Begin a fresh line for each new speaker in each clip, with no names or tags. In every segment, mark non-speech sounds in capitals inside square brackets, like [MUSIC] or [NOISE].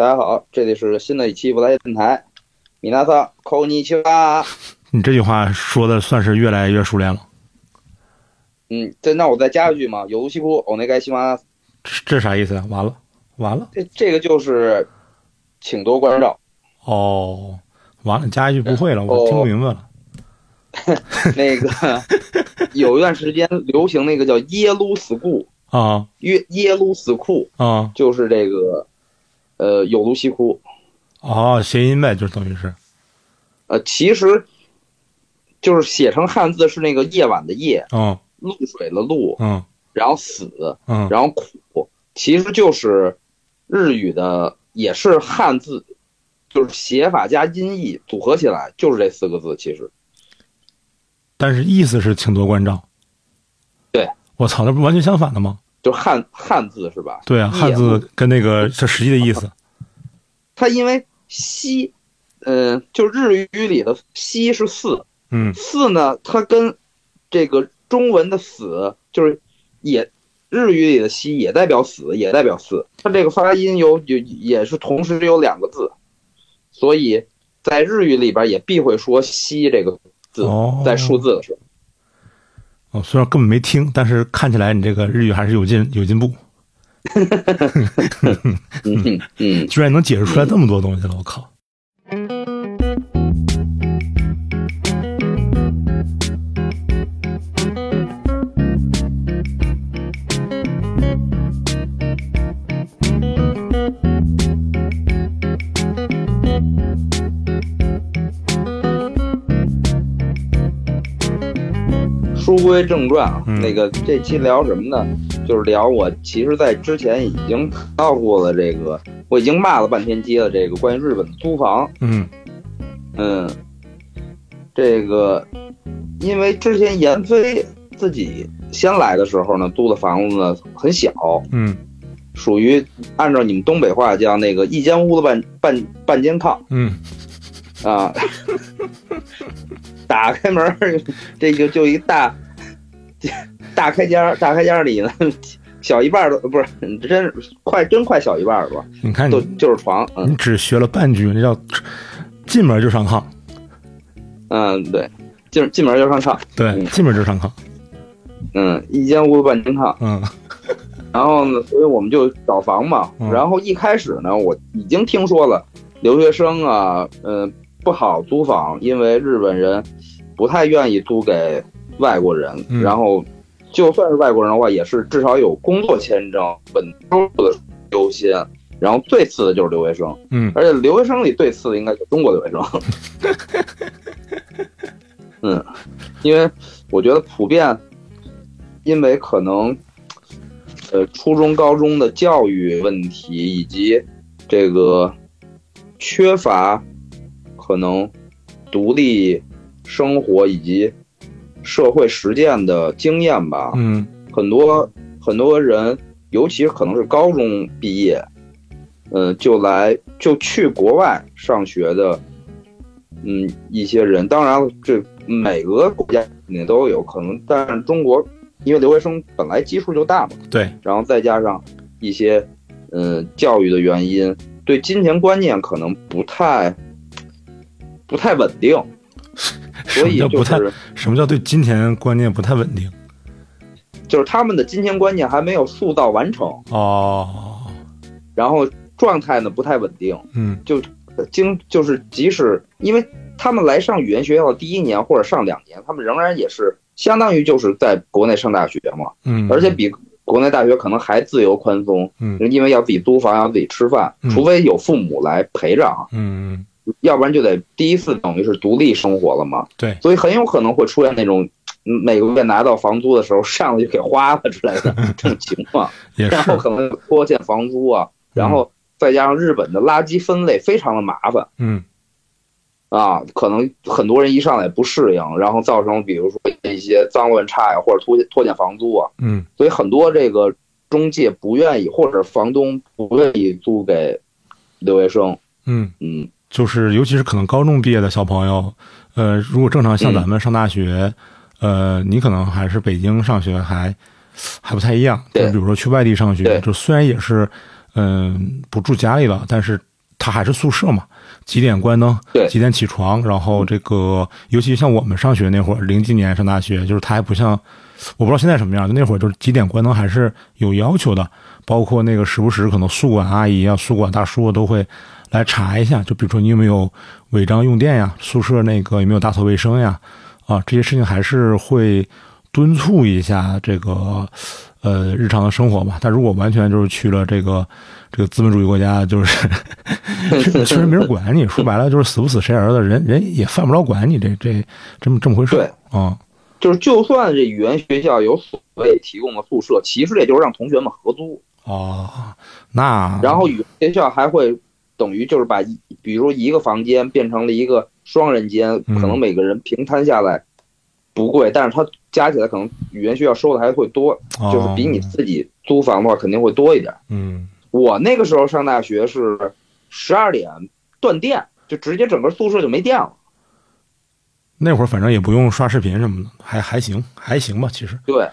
大家好，这里是新的一期不来电台，米娜桑扣你去吧。
你这句话说的算是越来越熟练了，
嗯，这那我再加一句嘛，有无西库，我那该西马。
这这啥意思？啊完了，完了，
这这个就是，请多关照。
哦，完了，加一句不会了，
哦
我听不明白了。
那个 [LAUGHS] 有一段时间流行那个叫耶鲁 school，
啊
耶耶鲁 school
啊
就是这个，呃，有路西哭。
哦，谐音呗，就是等于是
呃，其实就是写成汉字是那个夜晚的夜，
嗯
露水的露，
嗯
然后死，
嗯
然后苦，其实就是日语的，也是汉字，就是写法加音译组合起来就是这四个字。其实
但是意思是请多关照。
对，
我操，那不是完全相反的吗？
就汉汉字是吧？
对啊，
夜
汉字跟那个它实际的意思。
它因为西，呃，就日语里的西是四，
嗯
四呢，它跟这个中文的死就是也。日语里的“西”也代表死，也代表四。它这个发音有有也是同时有两个字，所以在日语里边也避讳说“西”这个字，
哦，
在数字的时候。
哦，虽然根本没听，但是看起来你这个日语还是有进有进步，
嗯哼嗯，
居然能解释出来这么多东西了，我靠！
书归正传啊，
嗯
那个这期聊什么呢？就是聊我其实，在之前已经谈到过了这个，我已经骂了半天街了这个关于日本的租房，
嗯
嗯，这个因为之前闫飞自己先来的时候呢，租的房子呢很小，
嗯
属于按照你们东北话叫那个一间屋子半半半间炕
嗯，
啊， [LAUGHS] 打开门儿这就就一大 [LAUGHS] 大开间儿，大开间儿里呢。 [LAUGHS] 小一半儿都不是，真是快真快小一半儿了吧？
你看
都
你
就是床，嗯，
你只学了半句，那叫进门就上炕。
嗯，对，进进门就上炕，
对
嗯，
进门就上炕。
嗯，一间屋子半间炕。
嗯
然后呢，所以我们就找房嘛。
嗯
然后一开始呢，我已经听说了留学生啊，呃，不好租房，因为日本人不太愿意租给外国人。
嗯
然后，就算是外国人的话，也是至少有工作签证、本州的优先。然后最次的就是留学生，
嗯
而且留学生里最次的应该就是中国留学生。嗯，因为我觉得普遍，因为可能，呃，初中、高中的教育问题以及这个缺乏可能独立生活以及社会实践的经验吧，
嗯
很多很多人，尤其可能是高中毕业，嗯，就来就去国外上学的，嗯，一些人。当然，这每个国家肯定都有可能，但是中国因为留学生本来基数就大嘛，
对，
然后再加上一些嗯教育的原因，对金钱观念可能不太不太稳定，所以
什么叫
就
[LAUGHS] 不太
是。
什么叫对金钱观念不太稳定？
就是他们的金钱观念还没有塑造完成，
哦，
然后状态呢不太稳定，
嗯
呃经就是即使因为他们来上语言学校的第一年或者上两年，他们仍然也是相当于就是在国内上大学嘛，
嗯，
而且比国内大学可能还自由宽松，
嗯
因为要自己租房，要自己吃饭，
嗯
除非有父母来陪着啊，
嗯嗯
要不然就得第一次等于是独立生活了嘛，
对
所以很有可能会出现那种。嗯每个月拿到房租的时候，上来就给花了之类
[LAUGHS]
的这种情况，
也
然后
是，嗯
可能拖欠房租啊，然后再加上日本的垃圾分类非常的麻烦
嗯
啊，可能很多人一上来不适应，然后造成比如说一些脏乱差呀、或者拖欠拖欠房租啊，
嗯
所以很多这个中介不愿意或者房东不愿意租给留学生，
嗯，
嗯
就是尤其是可能高中毕业的小朋友，呃，如果正常像
嗯
咱们上大学，呃，你可能还是北京上学还还不太一样，就
对
比如说去外地上学，
对
呃就虽然也是嗯、不住家里了，但是它还是宿舍嘛，几点关灯
对，
几点起床，然后这个，尤其像我们上学那会儿，零几年上大学，就是它还不像，我不知道现在什么样，就那会儿就是几点关灯还是有要求的，包括那个时不时可能宿管阿姨啊、宿管大叔啊都会来查一下，就比如说你有没有违章用电呀，宿舍那个有没有打扫卫生呀，啊，这些事情还是会敦促一下这个呃日常的生活吧。但如果完全就是去了这个这个资本主义国家，就是 [LAUGHS] 确确实没人管你。说白了就是死不死谁儿子，人人也犯不着管你这这这么这么回事
对
啊。
就是就算这语言学校有所谓提供的宿舍，其实也就是让同学们合租。
哦，那
然后语言学校还会等于就是把一，比如一个房间变成了一个双人间，
嗯
可能每个人平摊下来不贵，但是它加起来可能语言学校收的还会多，就是比你
哦
自己租房的话肯定会多一点。
嗯
我那个时候上大学是十二点断电，就直接整个宿舍就没电了。
那会儿反正也不用刷视频什么的，还还行还行吧，其实
对，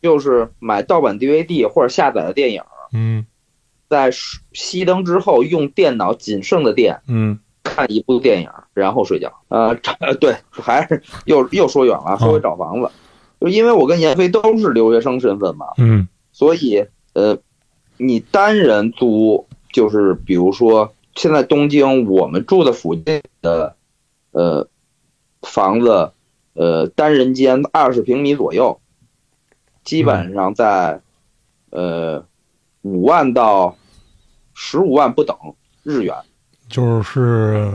就是买盗版 DVD 或者下载的电影，
嗯
在熄灯之后用电脑仅剩的电
嗯
看一部电影，然后睡觉。呃，这呃对，还是又又说远了，说回找房子，就因为我跟闫飞都是留学生身份嘛，
嗯
所以呃，你单人租就是比如说现在东京我们住的附近的呃房子，呃单人间二十平米左右，基本上在呃五万到十五万不等日元。
就是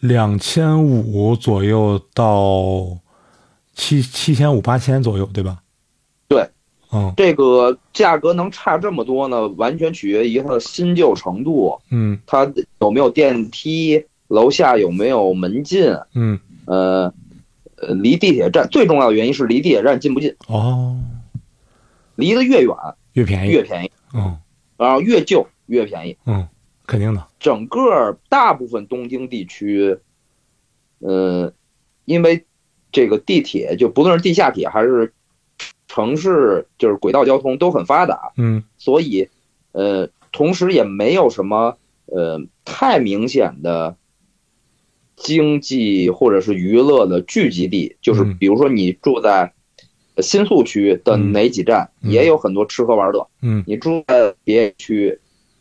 两千五左右到七七千五八千左右，对吧？
对，
嗯
这个价格能差这么多呢，完全取决于它的新旧程度，
嗯
它有没有电梯，楼下有没有门禁，
嗯，
呃，呃，离地铁站最重要的原因是离地铁站近不近，
哦，
离得越远
越便宜
越便宜，
嗯
然后越旧越便宜。
嗯，肯定的，
整个大部分东京地区，呃，因为这个地铁就不论是地下铁还是城市，就是轨道交通都很发达，
嗯
所以，呃，同时也没有什么呃太明显的经济或者是娱乐的聚集地，就是
嗯
比如说你住在呃新宿区的哪几站，
嗯
也有很多吃喝玩乐；
嗯
你住在别野区，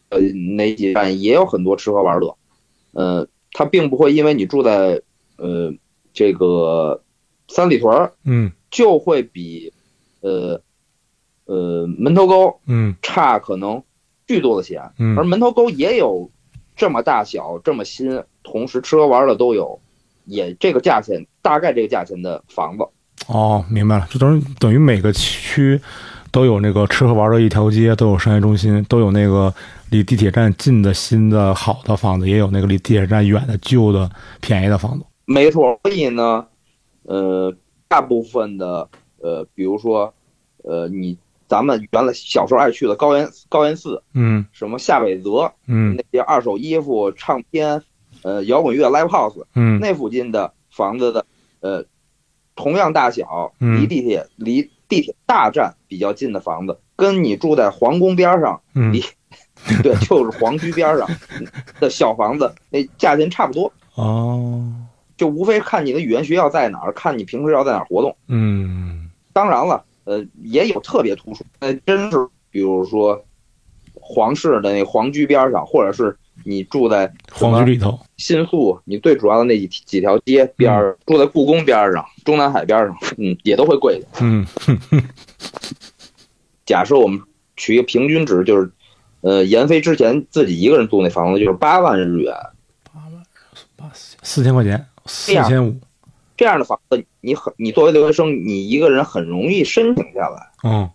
呃哪几站也有很多吃喝玩乐。呃，它并不会因为你住在呃这个三里屯儿，
嗯
就会比呃呃门头沟
嗯
差可能巨多的钱，而
嗯
门头沟也有这么大小、这么新，同时吃喝玩乐都有，也这个价钱大概这个价钱的房子，
哦，明白了，就等于等于每个区都有那个吃喝玩乐一条街，都有商业中心，都有那个离地铁站近的新的好的房子，也有那个离地铁站远的旧的便宜的房子。
没错。所以呢，呃，大部分的呃，比如说，呃，你咱们原来小时候爱去的高原高原寺，
嗯
什么夏北泽
嗯
那些二手衣服、唱片，呃，摇滚乐 live house
嗯，
那附近的房子的，呃，同样大小，
嗯
离地铁离地铁大站比较近的房子，跟你住在皇宫边上，
[LAUGHS] 嗯
离对，就是皇居边上的小房子，那价钱差不多，
哦，
就无非看你的语言学校在哪儿，看你平时要在哪儿活动。
嗯
当然了，呃，也有特别突出，那真是比如说皇室的那皇居边上，或者是你住在，
皇居里头，
新宿，你最主要的那几几条街边儿，住在故宫边儿上、中南海边儿上，嗯，也都会贵的。
嗯
假设我们取一个平均值，就是，呃，闫飞之前自己一个人住那房子就是八万日元，
四千块钱，四千五，
这样的房子，你很，你作为留学生，你一个人很容易申请下来，
嗯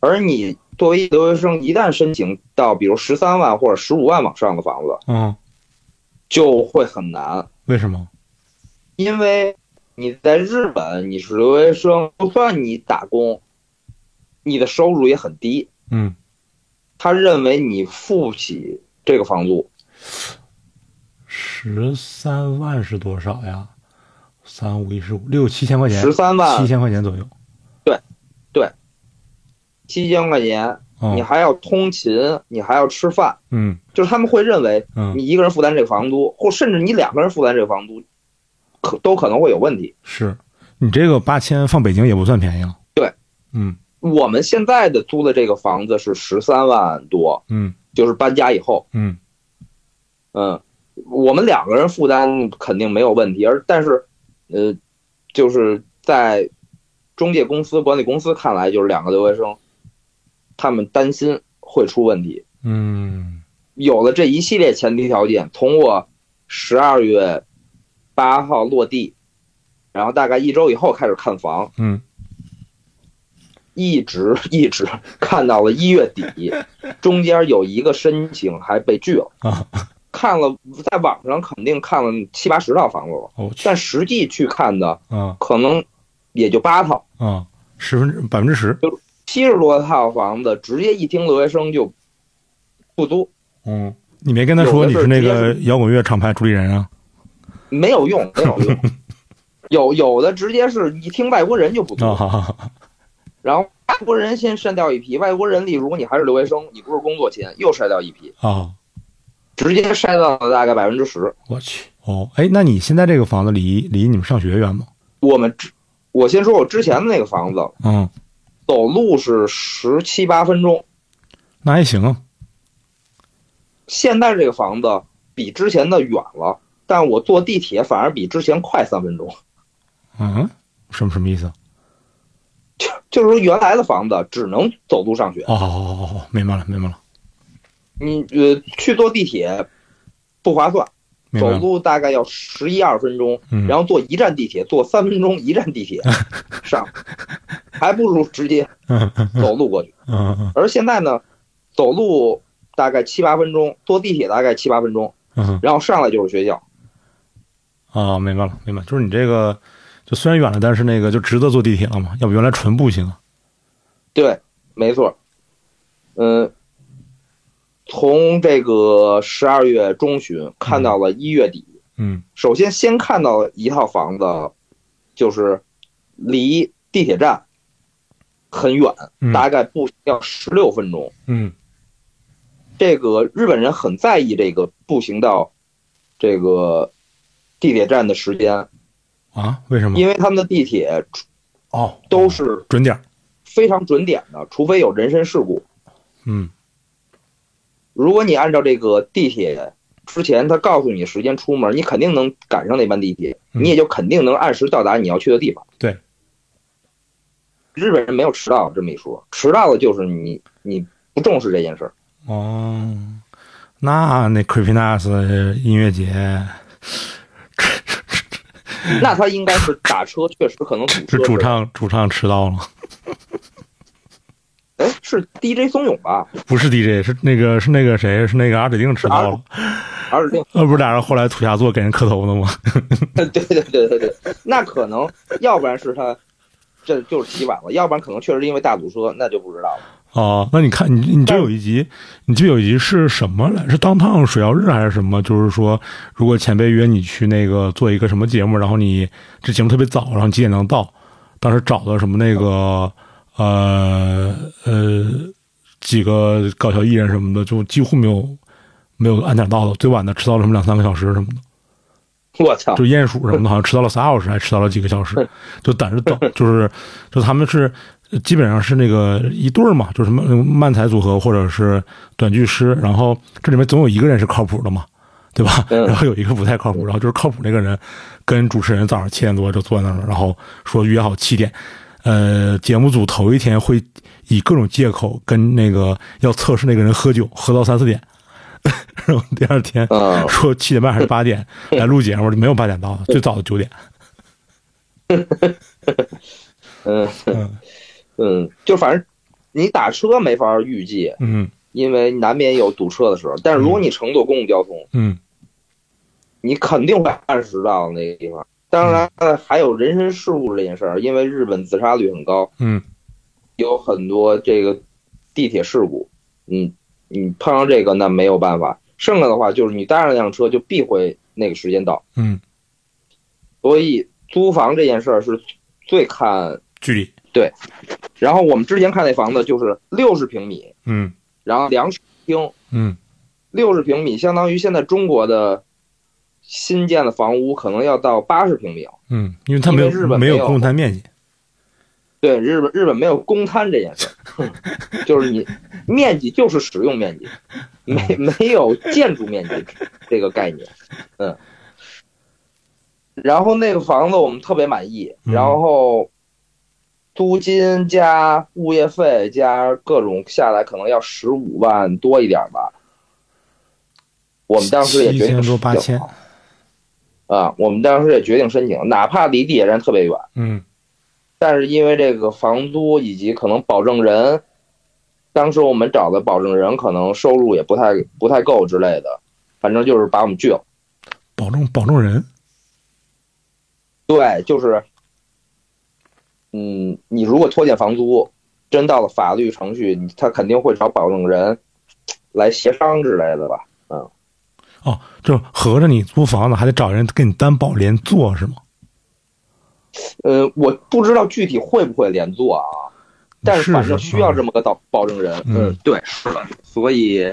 而你作为留学生，一旦申请到比如十三万或者十五万往上的房子，
嗯，
就会很难，
为什么？
因为你在日本你是留学生，就算你打工，你的收入也很低。
嗯，
他认为你付不起这个房租，
十三万是多少呀？三五一十五，六七千块钱，
13万
七千块钱左右，
七千块钱，
哦
你还要通勤，你还要吃饭，
嗯
就是他们会认为
嗯，
你一个人负担这个房租，或甚至你两个人负担这个房租，可都可能会有问题。
是你这个八千放北京也不算便宜了。
对，
嗯
我们现在的租的这个房子是十三万多，
嗯
就是搬家以后，
嗯
嗯，我们两个人负担肯定没有问题，而但是，呃，就是在中介公司、管理公司看来，就是两个留学生，他们担心会出问题。
嗯
有了这一系列前提条件，从我十二月八号落地，然后大概一周以后开始看房，
嗯，
一直一直看到了一月底，中间有一个申请还被拒了。
啊， [LAUGHS]
看了，在网上肯定看了七八十套房子了，
我去
但实际去看的
啊
可能也就八套，
啊，十分之百分之十。
七十多套房子，直接一听留学生就不租，
嗯，你没跟他
有
说
的
你
是
是那
直接
个摇滚乐厂牌主理人啊？
没有用，没有用。有有的直接是一听外国人就不租，
啊，好好好，
然后外国人先删掉一批，外国人里如果你还是留学生，你不是工作签，又筛掉一批，
啊，
直接筛到了大概百分之十。
我去。哦，哎，那你现在这个房子离离你们上学远吗？
我们之，我先说我之前的那个房子，
嗯，
走路是十七八分钟，
那还行啊。
现在这个房子比之前的远了，但我坐地铁反而比之前快三分钟。
嗯，什么什么意思啊？
就是说，原来的房子只能走路上学，
哦，好好好好好，明白了，明白了，
你呃去坐地铁不划算，
明白
走
了。
路大概要十一二分钟，
嗯，
然后坐一站地铁，坐三分钟一站地
[LAUGHS]
铁上，还不如直接
嗯嗯
走路过去。
嗯嗯
而现在呢，走路大概七八分钟，坐地铁大概七八分钟，
嗯。
然后上来就是学校。
啊，明白了，明白，就是你这个，就虽然远了，但是那个就值得坐地铁了嘛，要不原来纯步行啊。
对，没错。嗯，从这个十二月中旬看到了一月底，
嗯
首先先看到一套房子，就是离地铁站很远，
嗯
大概步行要十六分钟。
嗯
这个日本人很在意这个步行到这个地铁站的时间，
啊，为什么？
因为他们的地铁
哦，
都是
准点儿。
非常准点的，除非有人身事故。
嗯
如果你按照这个地铁之前他告诉你时间出门，你肯定能赶上那班地铁，
嗯
你也就肯定能按时到达你要去的地方。
对，
日本人没有迟到这么一说，迟到了就是你你不重视这件
[LAUGHS]
事儿。
哦，那那 Creepy Nuts 音乐节
那他应该是打车，确实可能堵
是
车。
主，唱主唱迟到了，
哎，是 DJ 松永吧？
不是 DJ，是那个是那个谁是那个阿指定迟到了，
而且
呃，不是俩人后来土下座给人磕头的吗？
[LAUGHS] 对对对对对，那可能要不然是他这就是起晚了，要不然可能确实因为大堵车，那就不知道了。
哦，那你看，你你这有一集，你这有一集是什么来？是当趟水曜日还是什么？就是说，如果前辈约你去那个做一个什么节目，然后你这节目特别早，然后你几点能到？当时找的什么那个呃呃几个搞笑艺人什么的，就几乎没有没有按点到的，最晚的迟到了什么两三个小时什么的，
我操！
就鼹鼠什么的，好像迟到了仨小时，还迟到了几
[LAUGHS]
个小时，就等着等，就是就他们是呃基本上是那个一对儿嘛，就是漫漫才组合或者是短剧师，然后这里面总有一个人是靠谱的嘛，对吧？
嗯
然后有一个不太靠谱，然后就是靠谱那个人跟主持人早上七点多就坐在那儿了，然后说约好七点。呃，节目组头一天会以各种借口跟那个要测试那个人喝酒，喝到三四点， [LAUGHS] 然后第二天
嗯
说七点半还是
[LAUGHS]
八点来录节目，没有八点到的，最早的九点。
嗯
嗯
嗯，就反正你打车没法预计，
嗯
因为难免有堵车的时候。但是如果你乘坐公共交通，
嗯
你肯定会按时到那个地方。当然还有人身事故这件事儿，因为日本自杀率很高，
嗯
有很多这个地铁事故。嗯，你碰上这个那没有办法。剩下的话就是你搭上那辆车就必会那个时间到。
嗯，
所以租房这件事儿是最看
距离。
然后我们之前看那房子就是六十平米，
嗯
然后两室一厅，
嗯
六十平米相当于现在中国的新建的房屋可能要到八十平米了。
嗯，因为它没
因为日本
没
没有
有公摊面积，
对，日本日本没有公摊这件事儿，
[LAUGHS]
就是你面积就是使用面积，没
嗯
没有建筑面积这个概念，嗯。然后那个房子我们特别满意，
嗯
然后租金加物业费加各种下来可能要十五万多一点儿吧。我们当时也
七
决定
千多八千，
啊，我们当时也决定申请，哪怕离地铁站特别远。
嗯
但是因为这个房租以及可能保证人，当时我们找的保证人可能收入也不太不太够之类的，反正就是把我们拒了。
保证保证人，
对，就是，嗯，你如果拖欠房租，真到了法律程序，你他肯定会找保证人来协商之类的吧？
哦，就是合着你租房子还得找人给你担保连坐是吗？
呃，我不知道具体会不会连坐啊，但是嗯反正需要这
么
么个保保证人。
嗯，
对，是的，所以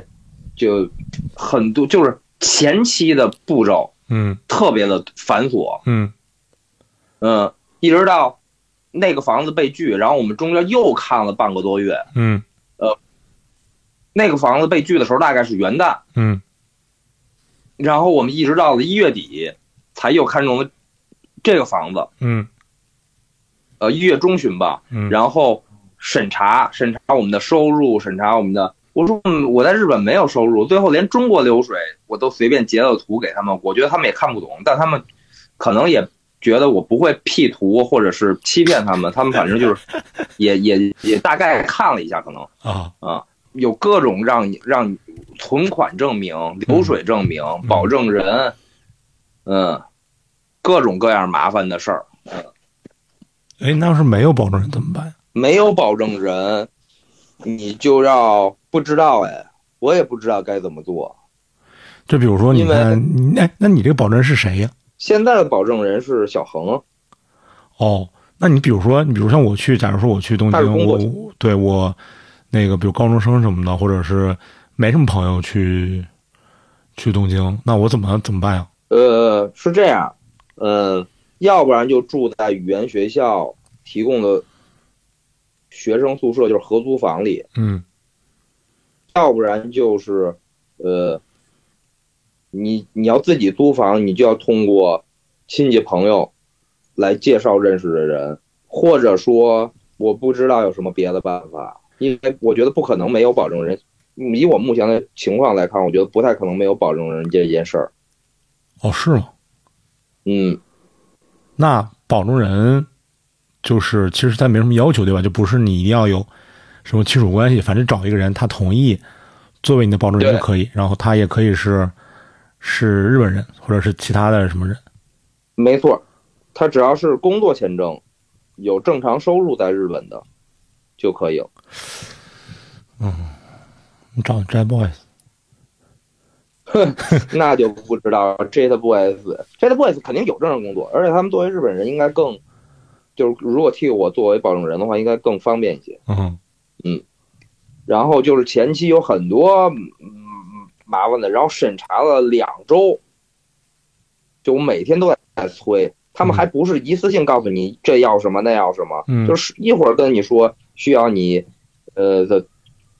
就很多就是前期的步骤
嗯
特别的繁琐，
嗯
嗯，一直到那个房子被拒，然后我们中间又看了半个多月。
嗯
那个房子被拒的时候大概是元旦，
嗯
然后我们一直到了一月底才又看中了这个房子，
嗯
呃，一月中旬吧，
嗯，
然后审查审查我们的收入，审查我们的。我说嗯我在日本没有收入，最后连中国流水我都随便截了图给他们，我觉得他们也看不懂，但他们可能也觉得我不会 P 图或者是欺骗他们，他们反正就是也也也大概看了一下，可能
啊
有各种让你让你存款证明、流水证明、保证人，嗯，各种各样麻烦的事儿。
哎，那要是没有保证人怎么办？
没有保证人，你就要不知道哎，我也不知道该怎么做。
就比如说你
因为
看，你哎，那你这个保证人是谁呀？
现在的保证人是小恒，
哦，那你比如说，你比如像我去，假如说我去东
他是
京，
工作
我我对我那个比如高中生什么的，或者是没什么朋友去去东京，那我怎么怎么办呀？
呃，是这样，嗯、要不然就住在语言学校提供的学生宿舍，就是合租房里，
嗯
要不然就是，呃，你你要自己租房，你就要通过亲戚朋友来介绍认识的人，或者说我不知道有什么别的办法，因为我觉得不可能没有保证人。嗯以我目前的情况来看，我觉得不太可能没有保证人这件事儿。
哦，是吗？
嗯，
那保证人就是其实他没什么要求，对吧？就不是你一定要有什么亲属关系，反正找一个人他同意作为你的保证人就
对
可以，然后他也可以是是日本人或者是其他的什么人。
没错，他只要是工作签证，有正常收入在日本的就可以了。
你找 J boys
那就不知道 Jet Boys，Jet Boys 肯定有正式工作，而且他们作为日本人，应该更就是如果替我作为保证人的话，应该更方便一些。
嗯
然后就是前期有很多嗯嗯麻烦的，然后审查了两周，就我每天都在催，他们还不是一次性告诉你这要什么那要什么，
嗯
就是一会儿跟你说需要你呃的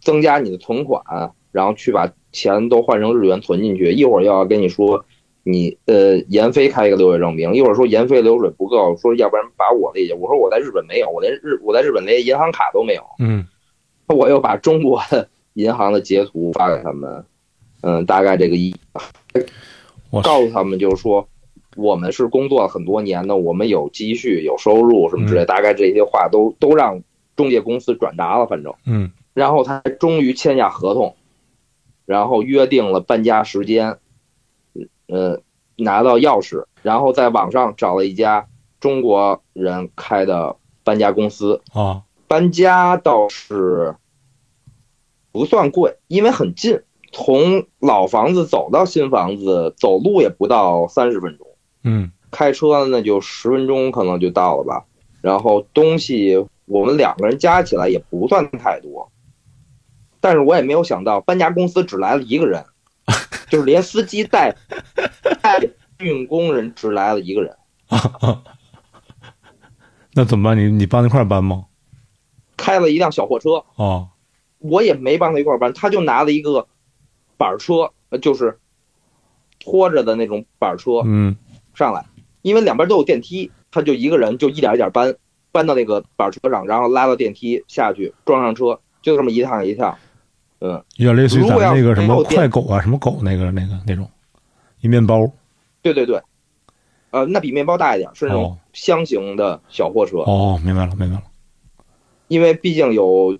增加你的存款，然后去把钱都换成日元存进去，一会儿又要跟你说。你呃，延飞开一个流水证明，一会儿说延飞流水不够，说要不然把我的也，我说我在日本没有，我连日我在日本连银行卡都没有，
嗯
[LAUGHS] 我又把中国的银行的截图发给他们，嗯，大概这个意，
我
告诉他们就是说，我们是工作了很多年的，我们有积蓄、有收入什么之类，大概这些话都都让中介公司转达了，反正，
嗯
然后他终于签下合同，然后约定了搬家时间，呃，拿到钥匙，然后在网上找了一家中国人开的搬家公司，
哦
搬家倒是不算贵，因为很近，从老房子走到新房子，走路也不到三十分钟，
嗯
开车那就十分钟可能就到了吧。然后东西我们两个人加起来也不算太多，但是我也没有想到搬家公司只来了一个人，就是连司机带带运工人只来了一个人。
那怎么办？你你搬一块儿搬吗？
开了一辆小货车，
哦，
我也没帮他一块儿搬，他就拿了一个板儿车，呃就是拖着的那种板儿车
嗯
上来，因为两边都有电梯，他就一个人就一点一点搬，搬到那个板儿车上，然后拉到电梯下去，装上车，就这么一趟一趟。
有点类似于咱
如果
们
要
那个什
没
么
有电
快狗啊，什么狗那个那个那种，一面包
对对对，呃，那比面包大一点，是那种
哦
箱型的小货车，
哦，明白了明白了，
因为毕竟有呃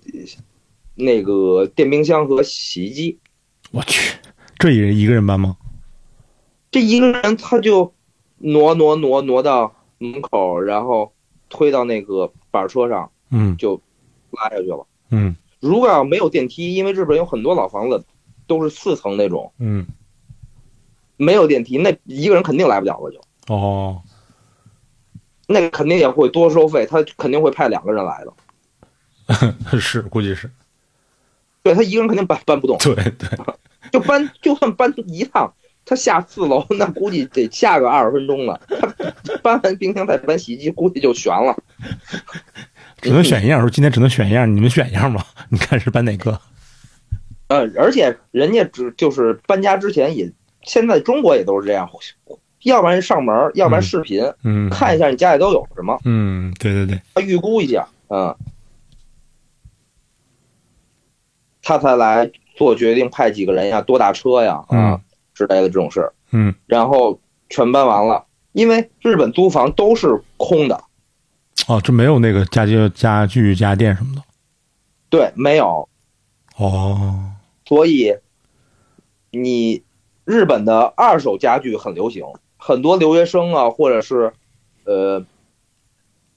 那个电冰箱和洗衣机，
我去，这也一个人搬吗？
这一个人他就挪挪挪挪到门口，然后推到那个板车上
嗯
就拉下去了。
嗯
如果要没有电梯，因为日本有很多老房子都是四层那种，
嗯，
没有电梯，那一个人肯定来不了了就，
哦，
那肯定也会多收费，他肯定会派两个人来的，
是估计是 [LAUGHS]
对他一个人肯定搬搬不动。
对对，
就搬就算搬一趟，他下四楼那估计得下个二十分钟了。他搬完冰箱再搬洗衣机，估计就悬了。
只能选一样，说今天只能选一样，你们选一样吧， [LAUGHS] 你看是搬哪个？
呃，而且人家只就是搬家之前也，现在中国也都是这样，要不然上门，要不然视频、
嗯，
看一下你家里都有什么，
嗯，对对对，
他预估一下，嗯，他才来做决定派几个人呀，多大车呀，啊、
嗯
之类的这种事儿。
嗯，
然后全搬完了，因为日本租房都是空的，
哦，这没有那个家具、家具、家电什么的，
对，没有，
哦，
所以你日本的二手家具很流行，很多留学生啊，或者是呃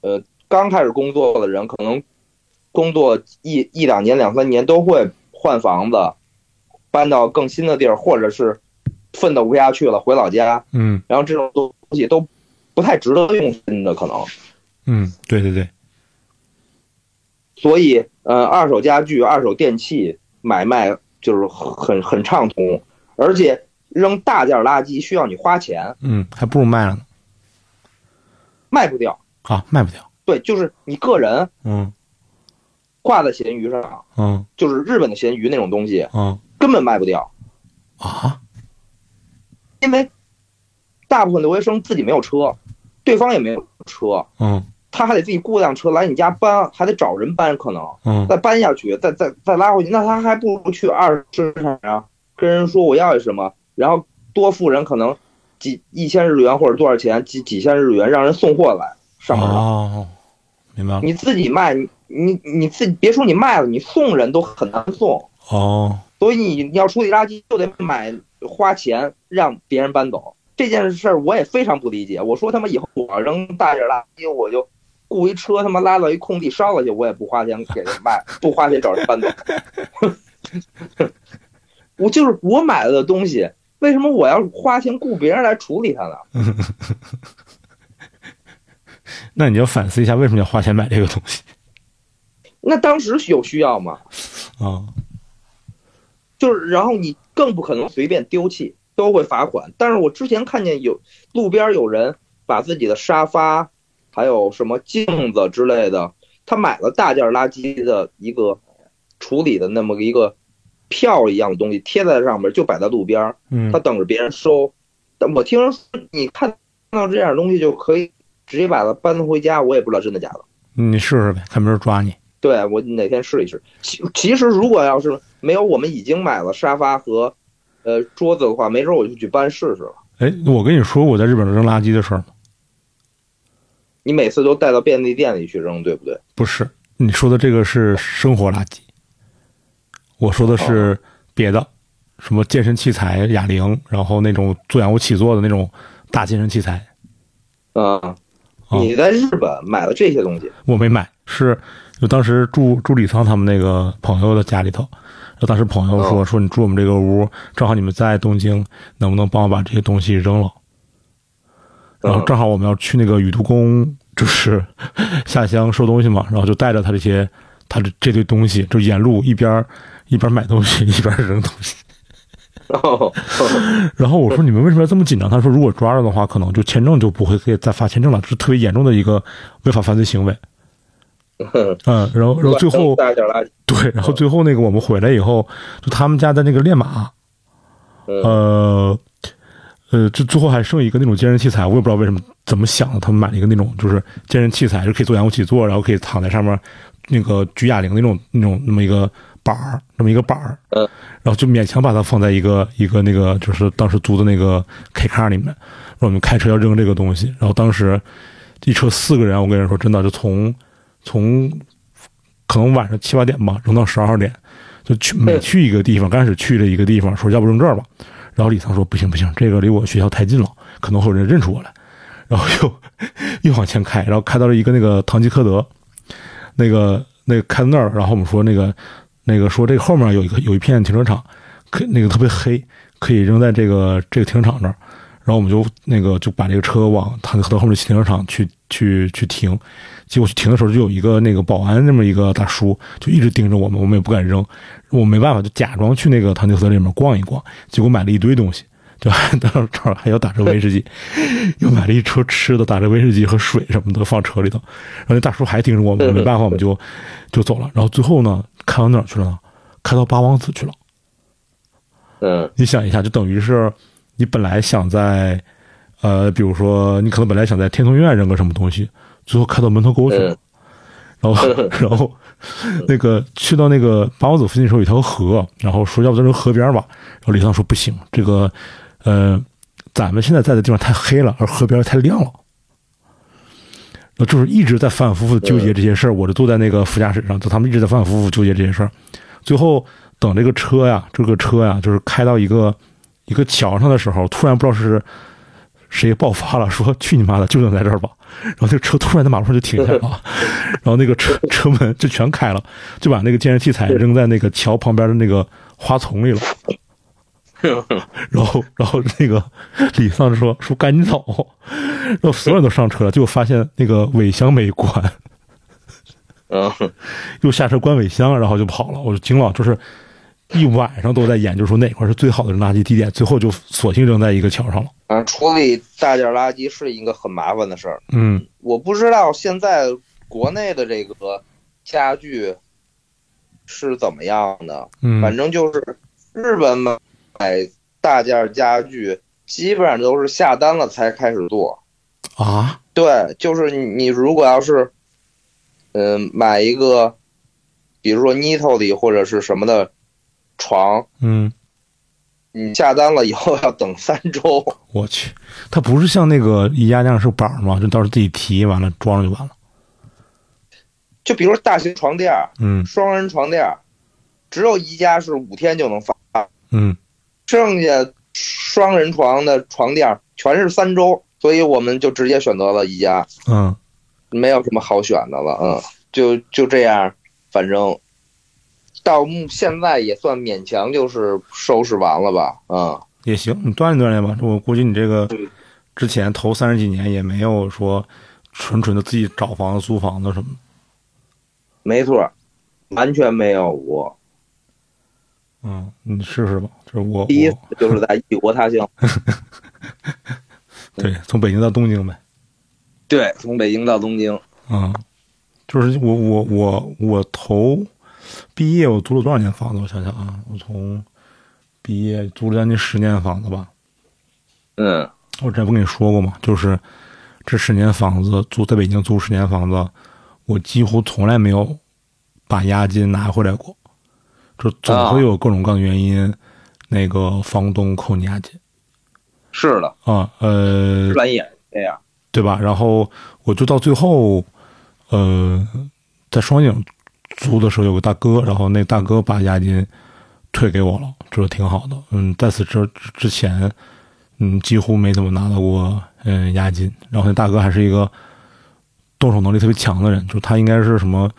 呃刚开始工作的人，可能工作一一两年、两三年都会换房子，搬到更新的地儿，或者是奋斗不下去了回老家，
嗯
然后这种东西都不太值得用心的可能。
嗯，对对对，
所以，呃，二手家具、二手电器买卖就是很很畅通，而且扔大件垃圾需要你花钱，
嗯，还不如卖了呢，
卖不掉。
啊，卖不掉，
对，就是你个人
嗯
挂在闲鱼上，
嗯
就是日本的闲鱼那种东西
嗯
根本卖不掉，
啊，
因为大部分留学生自己没有车，对方也没有车，
嗯
他还得自己雇辆车来你家搬，还得找人搬，可能
嗯
再搬下去，再再再拉回去，那他还不如去二手市场啊，跟人说我要什么，然后多付人可能几一千日元或者多少钱，几几千日元让人送货来上门。
哦，明白了，
你自己卖，你你你自己别说你卖了，你送人都很难送，
哦，
所以你你要处理垃圾就得买花钱让别人搬走。这件事儿我也非常不理解，我说他妈以后我扔大点垃圾，我就雇一车他妈拉到一空地烧了去，我也不花钱给他卖，不花钱找人搬走。 [LAUGHS] 我就是我买了的东西，为什么我要花钱雇别人来处理它呢？
那你要反思一下，为什么要花钱买这个东西
那当时有需要吗？
啊？
就是然后你更不可能随便丢弃，都会罚款。但是我之前看见有路边有人把自己的沙发，还有什么镜子之类的，他买了大件垃圾的一个处理的那么一个票一样的东西贴在上面，就摆在路边儿，
嗯
他等着别人收。但我听人说，你看到这样的东西就可以直接把它搬回家，我也不知道真的假的。
你试试呗，看没人抓你。
对我哪天试一试。其其实如果要是没有我们已经买了沙发和呃桌子的话，没准我就去搬试试了。
哎，我跟你说我在日本扔垃圾的事儿吗？
你每次都带到便利店里去扔，对不对？
不是，你说的这个是生活垃圾，我说的
哦
是别的，什么健身器材、哑铃，然后那种做仰卧起坐的那种大健身器材，
啊、
哦
你在日本买了这些东西，
我没买，是就当时住住李沧他们那个朋友的家里头，然后当时朋友说、
哦
说你住我们这个屋，正好你们在东京，哦能不能帮我把这些东西扔了？然后
嗯
正好我们要去那个宇都宫就是下乡收东西嘛，然后就带着他这些他的这堆东西，就沿路一边儿一边儿买东西一边儿扔东西。
哦，
然后我说你们为什么要这么紧张？他说如果抓着的话，可能就签证就不会给再发签证了，这是特别严重的一个违法犯罪行为。嗯，然 [LAUGHS] 后然后最后
[LAUGHS] 大点垃圾，
对，然后最后那个我们回来以后，就他们家的那个练马，
嗯
呃，呃，这最后还剩一个那种健身器材，我也不知道为什么怎么想的，他们买了一个那种就是健身器材，就可以做仰卧起坐，然后可以躺在上面那个举哑铃那种那种那么一个板儿，那么一个板儿，
嗯，
然后就勉强把它放在一个一个那个就是当时租的那个 K 卡里面，然后我们开车要扔这个东西，然后当时一车四个人，我跟人说真的就从从可能晚上七八点吧扔到十二点。就去每去一个地方，刚开始去了一个地方，说要不扔这儿吧，然后李沧说不行不行，这个离我学校太近了，可能会有人认出我来。然后又 [LAUGHS] 又往前开，然后开到了一个那个堂吉诃德，那个那个开到那儿，然后我们说那个那个说这个后面有一个有一片停车场，可那个特别黑，可以扔在这个这个停车场那儿。然后我们就那个就把这个车往堂吉诃德后面停车场去去去停，结果去停的时候就有一个那个保安那么一个大叔就一直盯着我们，我们也不敢扔，我没办法就假装去那个堂吉诃德里面逛一逛，结果买了一堆东西，就还到这儿还要打折威士忌，又买了一车吃的，打折威士忌和水什么的放车里头，然后那大叔还盯着我们，没办法我们就就走了，然后最后呢开到哪儿去了呢？开到八王子去了。
嗯
你想一下，就等于是你本来想在，呃，比如说你可能本来想在天通苑扔个什么东西，最后开到门头沟去了，
嗯
然后然后那个去到那个八王子附近的时候有一条河，然后说要不咱扔河边吧，然后李桑说不行，这个呃，咱们现在在的地方太黑了，而河边太亮了。那就是一直在反反复复地纠结这些事儿，我就坐在那个副驾驶上，就他们一直在反反复复纠结这些事儿。最后等这个车呀，这个车呀，就是开到一个一个桥上的时候，突然不知道是谁爆发了，说去你妈的，就等在这儿吧。然后那个车突然在马路上就停下来了，然后那个车车门就全开了，就把那个健身器材扔在那个桥旁边的那个花丛里了。然后，然后那个李丧就说说赶紧走，然后所有人都上车了，结果发现那个尾箱没关，
嗯，
又下车关尾箱，然后就跑了。我就惊了，就是一晚上都在研究说哪块是最好的扔垃圾地点，最后就索性扔在一个桥上了。
啊，处理大件垃圾是一个很麻烦的事儿。
嗯
我不知道现在国内的这个家具是怎么样的，反
嗯
正就是日本买大件家具，基本上都是下单了才开始做。
啊
对，就是你你如果要是，嗯、买一个，比如说 Nito 里或者是什么的床，
嗯，
你下单了以后要等三周。
我去，它不是像那个宜家那样是板儿吗？就到时候自己提完了装上就完了。
就比如说大型床垫儿、
嗯
双人床垫儿，只有宜家是五天就能发，
嗯
剩下双人床的床垫儿全是三周，所以我们就直接选择了宜家，
嗯
没有什么好选的了。嗯，就就这样，反正到目现在也算勉强就是收拾完了吧。嗯，
也行，你锻炼锻炼吧。我估计你这个
对
之前头三十几年也没有说纯纯的自己找房子、租房子什么的。
没错，完全没有我
嗯，你试试吧。就是我
第一次
我
就是在异国他乡，
对从北京到东京呗。
对，从北京到东京。
啊，就是我我我我头毕业我租了多少年房子？我想想啊，我从毕业租了将近十年房子吧。
嗯
我之前不跟你说过吗？就是这十年房子租在北京租十年房子，我几乎从来没有把押金拿回来过，就总会有各种各样的原因，那个房东扣你押金
是的，
啊，呃，
日本也是这样。
对吧？然后我就到最后，呃，在双井租的时候有个大哥，然后那大哥把押金退给我了，这挺好的。嗯，在此之之前，嗯，几乎没怎么拿到过嗯押金。然后那大哥还是一个动手能力特别强的人，就是他应该是什么，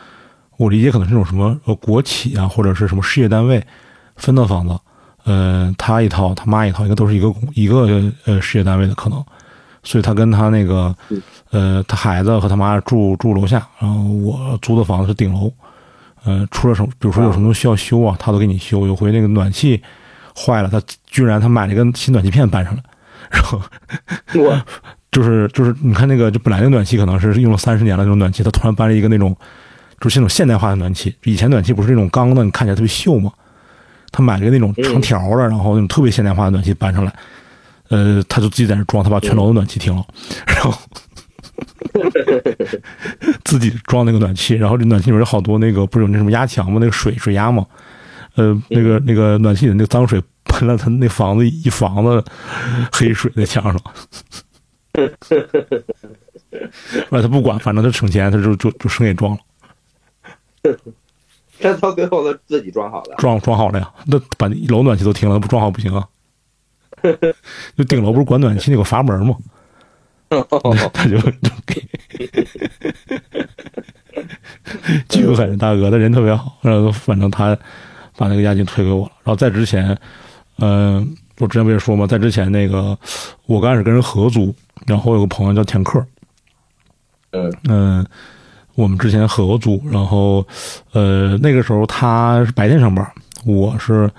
我理解可能是那种什么呃国企啊，或者是什么事业单位分的房子。呃，他一套，他妈一套，应该都是一个公一个呃事业单位的可能，所以他跟他那个
嗯
呃他孩子和他妈住住楼下，然后我租的房子是顶楼，呃，出了什么，比如说有什么东西需要修啊，他都给你修。有回那个暖气坏了，他居然他买了一个新暖气片搬上来，然后
我
就是就是你看那个，就本来那个暖气可能是用了三十年的那种暖气，它突然搬了一个那种，就是那种现代化的暖气。以前暖气不是那种钢的，你看起来特别锈嘛。他买了一个那种长条的，然后那种特别现代化的暖气搬上来，呃，他就自己在那装，他把全楼的暖气停了，然后自己装那个暖气，然后这暖气里面有好多那个不是有那什么压强吗？那个水水压嘛，呃，那个那个暖气里那个脏水喷了他那房子一房子黑水在墙上。后来他不管，反正他省钱，他就就就生给装了，
这到最后他自己装好的，
装装好了呀。那把一楼暖气都停了，不装好不行啊。就顶楼不是管暖气那个阀门吗？
哦
他就就给巨狠的大哥，他人特别好，然后反正他把那个押金退给我了。然后在之前，嗯、我之前不也说嘛，在之前那个我刚开始跟人合租，然后有个朋友叫田克，
嗯
嗯，我们之前合租，然后呃那个时候他是白天上班，我是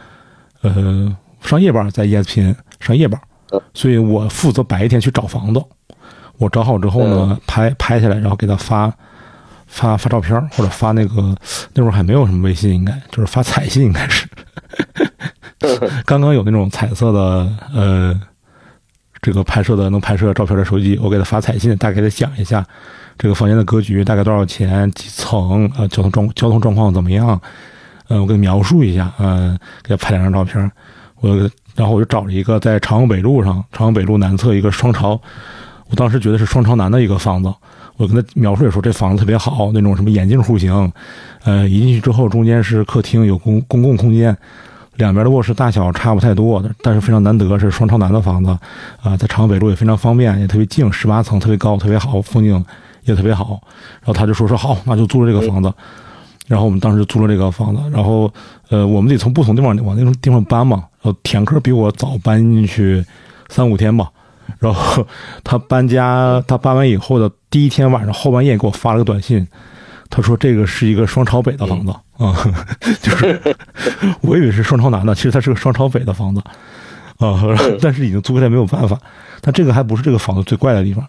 呃上夜班，在 ESPN 上夜班
嗯，
所以我负责白天去找房子。我找好之后呢，拍拍下来，然后给他发发发照片儿，或者发那个那会儿还没有什么微信，应该就是发彩信，应该是刚刚有那种彩色的呃这个拍摄的能拍摄照片的手机，我给他发彩信，大概给他讲一下这个房间的格局，大概多少钱，几层，呃，交通状交通状况怎么样，呃，我给他描述一下，嗯、给他拍两张照片，我就给他然后我就找了一个在朝阳北路上，朝阳北路南侧一个双朝，我当时觉得是双朝南的一个房子，我跟他描述也说这房子特别好，那种什么眼镜户型，呃，一进去之后中间是客厅，有公公共空间。两边的卧室大小差不太多，但是非常难得是双朝南的房子，啊、在朝阳北路也非常方便，也特别近，十八层特别高，特别好，风景也特别好。然后他就说说好，那就租了这个房子。然后我们当时租了这个房子，然后呃，我们得从不同地方往那种地方搬嘛。然后田科比我早搬进去三五天吧，然后 [LAUGHS] 他搬家，他搬完以后的第一天晚上后半夜给我发了个短信，他说这个是一个双朝北的房子啊、 [LAUGHS] 就是我以为是双朝南的，其实它是个双朝北的房子啊、然后但是已经租下来没有办法。但这个还不是这个房子最怪的地方，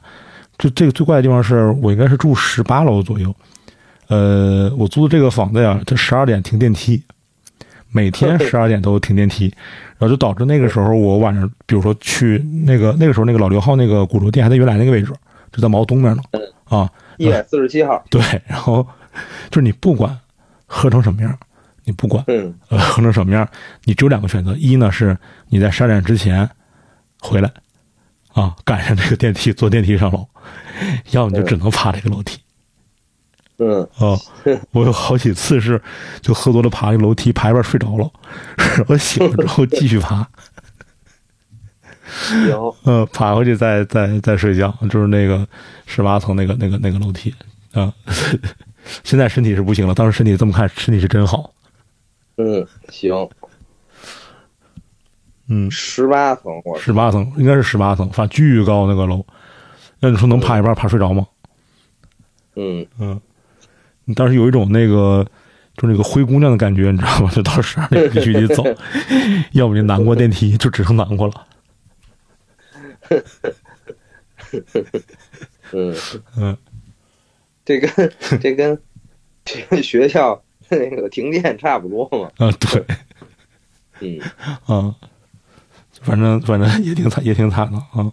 这这个最怪的地方是我应该是住十八楼左右，呃，我租的这个房子呀，它十二点停电梯，每天十二点都停电梯，然后就导致那个时候我晚上，比如说去那个那个时候那个老刘浩那个古着店还在原来那个位置，就在毛东边呢啊，
一百四十七号，
[LAUGHS] 对，然后就是你不管喝成什么样，你不管
嗯
呃，喝成什么样，你只有两个选择：一呢是你在十二点之前回来，啊，赶上这个电梯，坐电梯上楼；要么你就只能爬这个楼梯。
嗯，
啊，我有好几次是就喝多了爬那个楼梯，爬一半睡着了， [LAUGHS] 然后醒了之后继续爬，
行，
嗯、爬回去再再再睡觉，就是那个十八层那个那个那个楼梯啊。 [LAUGHS] 现在身体是不行了，当时身体这么看，身体是真好。
嗯行，
嗯，
十八层，我
十八层，应该是十八层，反正巨高那个楼。那你说能爬一半爬睡着吗？
嗯
嗯，你当时有一种那个，就是那个灰姑娘的感觉，你知道吗？ [LAUGHS] 就到十二点必须得 [LAUGHS] 走，要不你难过电梯，就只剩难过了。
嗯，
嗯，
[LAUGHS] 这
[LAUGHS]
跟这跟这跟学校那个停电差不多嘛，
啊， [LAUGHS] 对，
嗯
啊，反正反正也挺惨，也挺惨的啊。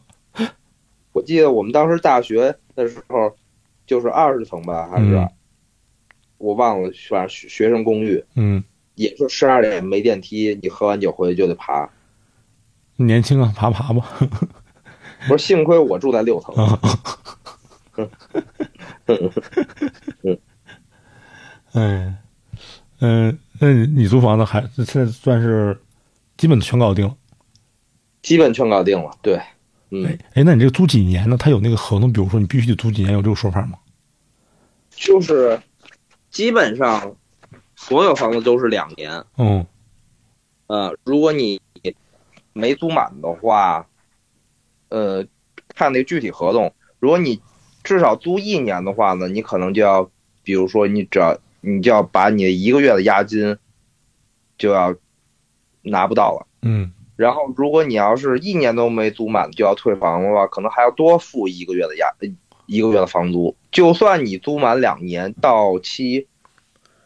我记得我们当时大学的时候，就是二十层吧，还是、
嗯
我忘了，反正学学生公寓
嗯，
也是十二点没电梯，你喝完酒回去就得爬。
年轻啊，爬爬吧。
不是，幸亏我住在六层，
啊，哎，嗯，那你租房子还现在算是基本全搞定了。
基本全搞定了。对，嗯
哎，哎，那你这个租几年呢？他有那个合同，比如说你必须得租几年，有这个说法吗？
就是基本上所有房子都是两年。
嗯
呃，如果你没租满的话，呃，看那具体合同。如果你至少租一年的话呢，你可能就要，比如说你只要你就要把你一个月的押金就要拿不到了。
嗯
然后，如果你要是一年都没租满就要退房的话，可能还要多付一个月的押呃一个月的房租。就算你租满两年到期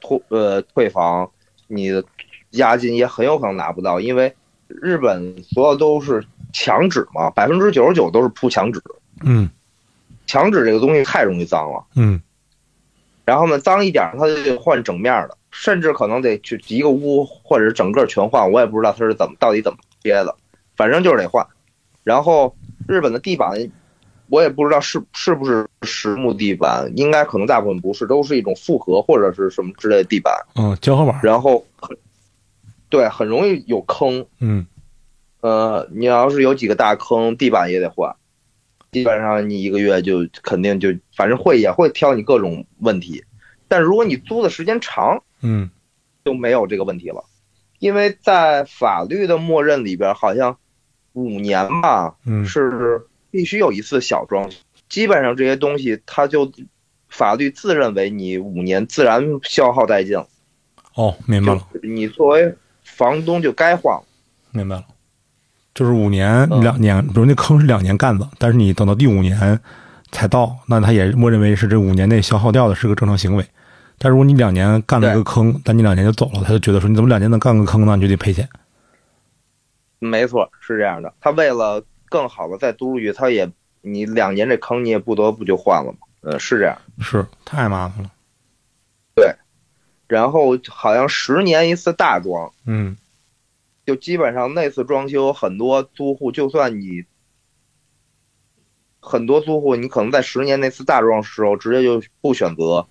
退呃退房，你的押金也很有可能拿不到，因为日本所有都是墙纸嘛，百分之九十九都是铺墙纸，
嗯
墙纸这个东西太容易脏了。
嗯
然后呢，脏一点儿，他就得换整面儿的，甚至可能得去一个屋或者是整个全换，我也不知道他是怎么到底怎么贴的，反正就是得换。然后日本的地板，我也不知道是是不是实木地板，应该可能大部分不是，都是一种复合或者是什么之类的地板。
嗯，胶合板儿，
然后很，对，很容易有坑。
嗯
呃，你要是有几个大坑，地板也得换。基本上你一个月就肯定就，反正会也会挑你各种问题。但如果你租的时间长，
嗯
就没有这个问题了，因为在法律的默认里边，好像五年吧
嗯
是必须有一次小装修，基本上这些东西它就法律自认为你五年自然消耗殆尽了，
哦，明白
就
了，
你作为房东就该换了。
明白了，就是五年
嗯
两年，比如那坑是两年干的，但是你等到第五年才到，那他也默认为是这五年内消耗掉的是个正常行为。但如果你两年干了一
对
个坑，但你两年就走了，他就觉得说你怎么两年能干个坑呢？你就得赔钱。
没错，是这样的。他为了更好的再租出去，他也你两年这坑你也不得不就换了嘛，呃，是这样。
是太麻烦了。
然后好像十年一次大装，
嗯
就基本上那次装修，很多租户就算你很多租户，你可能在十年那次大装时候，直接就不选择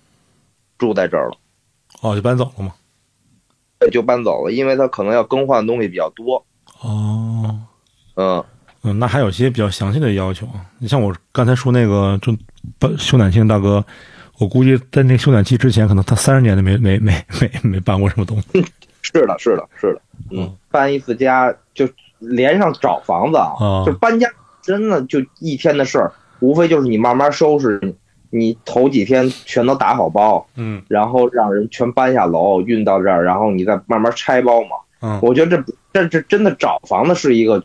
住在这儿了，
哦，就搬走了嘛。
对，就搬走了，因为他可能要更换的东西比较多。
哦，
嗯，
嗯，那还有一些比较详细的要求啊。你像我刚才说那个，就搬修暖气大哥，我估计在那修暖气之前，可能他三十年都没没没没没搬过什么东西
是的，是的，是的，嗯
嗯，
搬一次家就连上找房子啊，
啊
就。搬家真的就一天的事儿，无非就是你慢慢收拾，你头几天全都打好包，
嗯
然后让人全搬下楼运到这儿，然后你再慢慢拆包嘛。
嗯
我觉得这这这真的找房子是一个，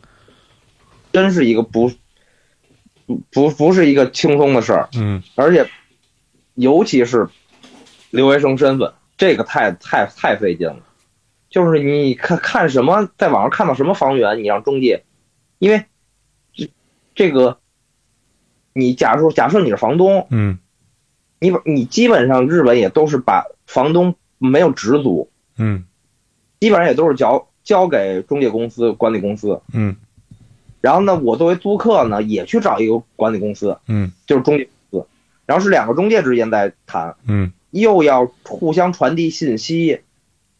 真是一个不不不不是一个轻松的事儿，
嗯，
而且尤其是留学生身份，这个太太太费劲了。就是你看看什么，在网上看到什么房源，你让中介，因为这这个，你假如假设你是房东，
嗯
你把你基本上日本也都是把房东没有直租，
嗯
基本上也都是交交给中介公司、管理公司。
嗯
然后呢，我作为租客呢，也去找一个管理公司，
嗯
就是中介公司。然后是两个中介之间在谈，
嗯
又要互相传递信息，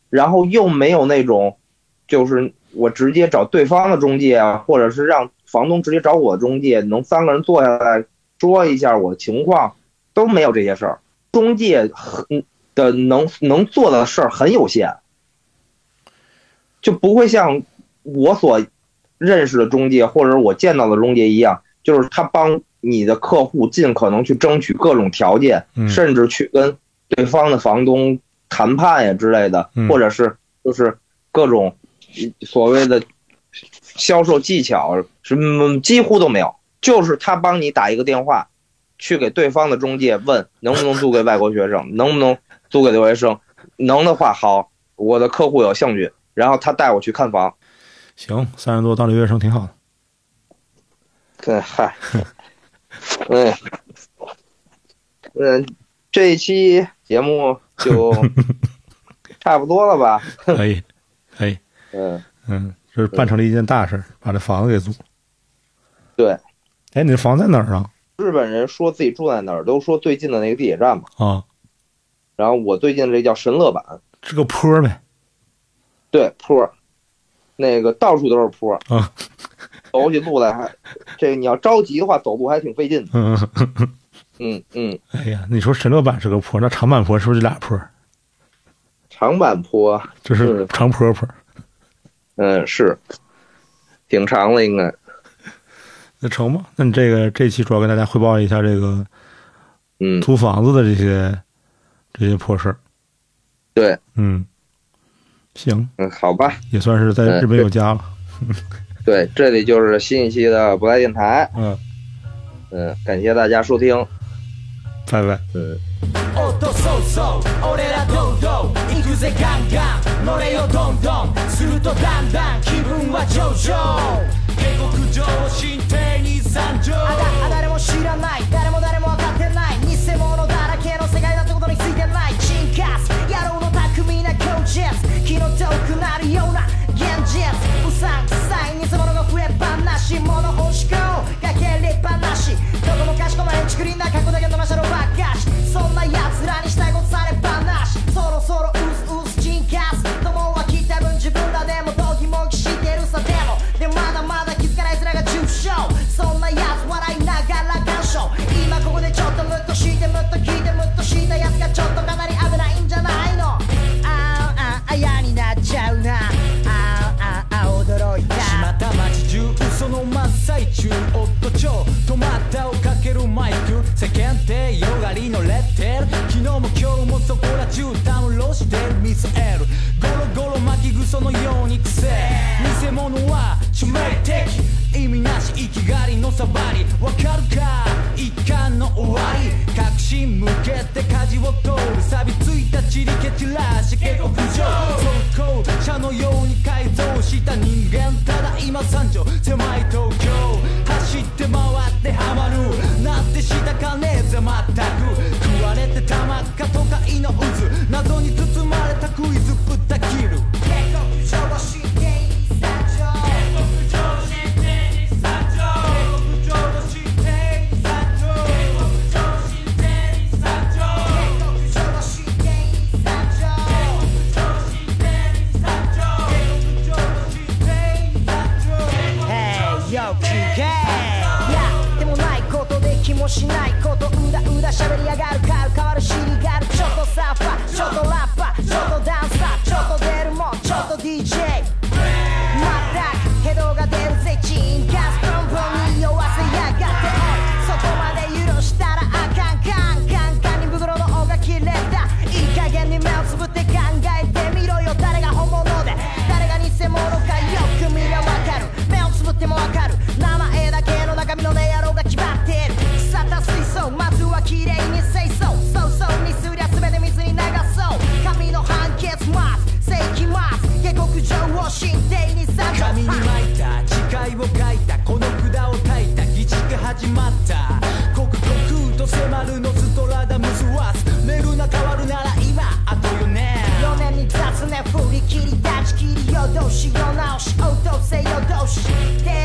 然后又没有那种，就是我直接找对方的中介啊，或者是让房东直接找我中介，能三个人坐下来说一下我的情况，都没有这些事儿。中介很的能能做的事儿很有限，就不会像我所认识的中介或者我见到的中介一样，就是他帮你的客户尽可能去争取各种条件，
嗯，
甚至去跟对方的房东谈判呀之类的
嗯，
或者是就是各种所谓的销售技巧什么几乎都没有，就是他帮你打一个电话，去给对方的中介问能不能租给外国学生，能不能租给留学生，能的话好，我的客户有兴趣，然后他带我去看房。
行，三十多当留学生挺好
[LAUGHS]
的。
对，嗨，哎，嗯，这一期节目 [LAUGHS] 就差不多了吧？
可以可以，
嗯，
嗯，这是办成了一件大事儿，把这房子给租了。
对，
哎，你这房在哪儿啊？
日本人说自己住在哪儿，都说最近的那个地铁站嘛。
啊，
然后我最近这叫神乐坂，
是个坡儿呗。 [LAUGHS]
对坡儿，那个到处都是坡儿
啊，
走起路来还，这个你要着急的话，走路还挺费劲的。
嗯，
嗯嗯，
哎呀，你说神乐版是个坡，那长坂坡是不是就俩坡？
长坂坡，
就是
是
长坡坡。
嗯是，挺长的应该。
那成吧。那你这个这期主要跟大家汇报一下这个
嗯，
租房子的这些这些破事儿。
对，
嗯，行，
嗯，好吧，
也算是在日本有家了。
对，这里就是新一期的不赖电台，
嗯，
嗯，感谢大家收听，
拜拜。
嗯。
音そうそう俺らどんどん行くぜガンガン乗れよどんどんするとだんだん気分は上々下克上新帝に参上
あだあ誰も知らない誰も誰も分かってない偽物だらけの世界だってことについてない進化す野郎の巧みな境地気の遠くなるような現実うさんくさい偽物が増えっぱなし物欲しくかけれっぱなしどこもかしこもへんちくりんな過去だけのましゃろばっかしそんな奴らにしたいことされっぱなしそろそろうすうす進化す友は来た分自分らでもどぎもぎしてるさでもでもまだまだ気づかない面が重症そんなやつ笑いながら鑑賞今ここでちょっとムッとしてムッと聞いてムッとしたやつがちょっとかなり危ないんじゃないのあーあーあ嫌になっちゃうなあーあーあー驚いた
また街中その真っ最中夫超止まったをかけるマイク世間ってよがりのレッテル昨日も今日もそこら中ダウンローしてるミスエルゴロゴロ巻き草のように癖偽物は致命的意味なし生きがりのサバリわかるか一巻の終わり確信向けて舵を通る錆びついたちりけ散らし下克上装甲車のように改造した人間ただ今三条狭い東京走って回ってハマるなってしたかねえぜ全く食われてたまっか都会の渦謎に包まれたクイズぶった切
下
る
克上をしていざ上下克上をしていざ上
よく聞け
いやでもないことで気もしないことうだうだしゃべりやがる変わる変わる尻があるちょっとサーファーちょっとラッパーちょっとダンサーちょっと出るもんちょっと DJ まったくヘドが出るぜチンガスブンブンに酔わせやがっておいそこまで許したらあかんかんカンカンに袋の尾が切れたいい加減に目をつぶって考えてみろよ誰が本物で誰が偽物かよく見りゃわかる目をつぶってもわかる名前だけの中身のねえ野郎が決まってる腐った水槽まずは綺麗に清掃そうそうにすりゃ全て水に流そう神の判決待つ世紀末下克上を神帝にさ
紙に巻いた誓いを書いたこの札を焚いた儀式が始まった刻々と迫るのストラダムスワース寝るな変わるなら今あとよね
4年に雑ね振り切り断ち切り夜通し世直し応答せよ通しで